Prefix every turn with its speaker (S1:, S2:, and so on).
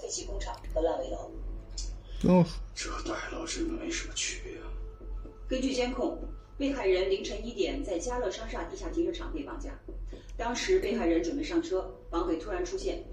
S1: 废弃工厂和烂尾楼。
S2: 哦，
S3: 这大楼真没什么区别啊。
S1: 根据监控，被害人凌晨一点在嘉乐商厦地下停车场被绑架，当时被害人准备上车，绑匪突然出现。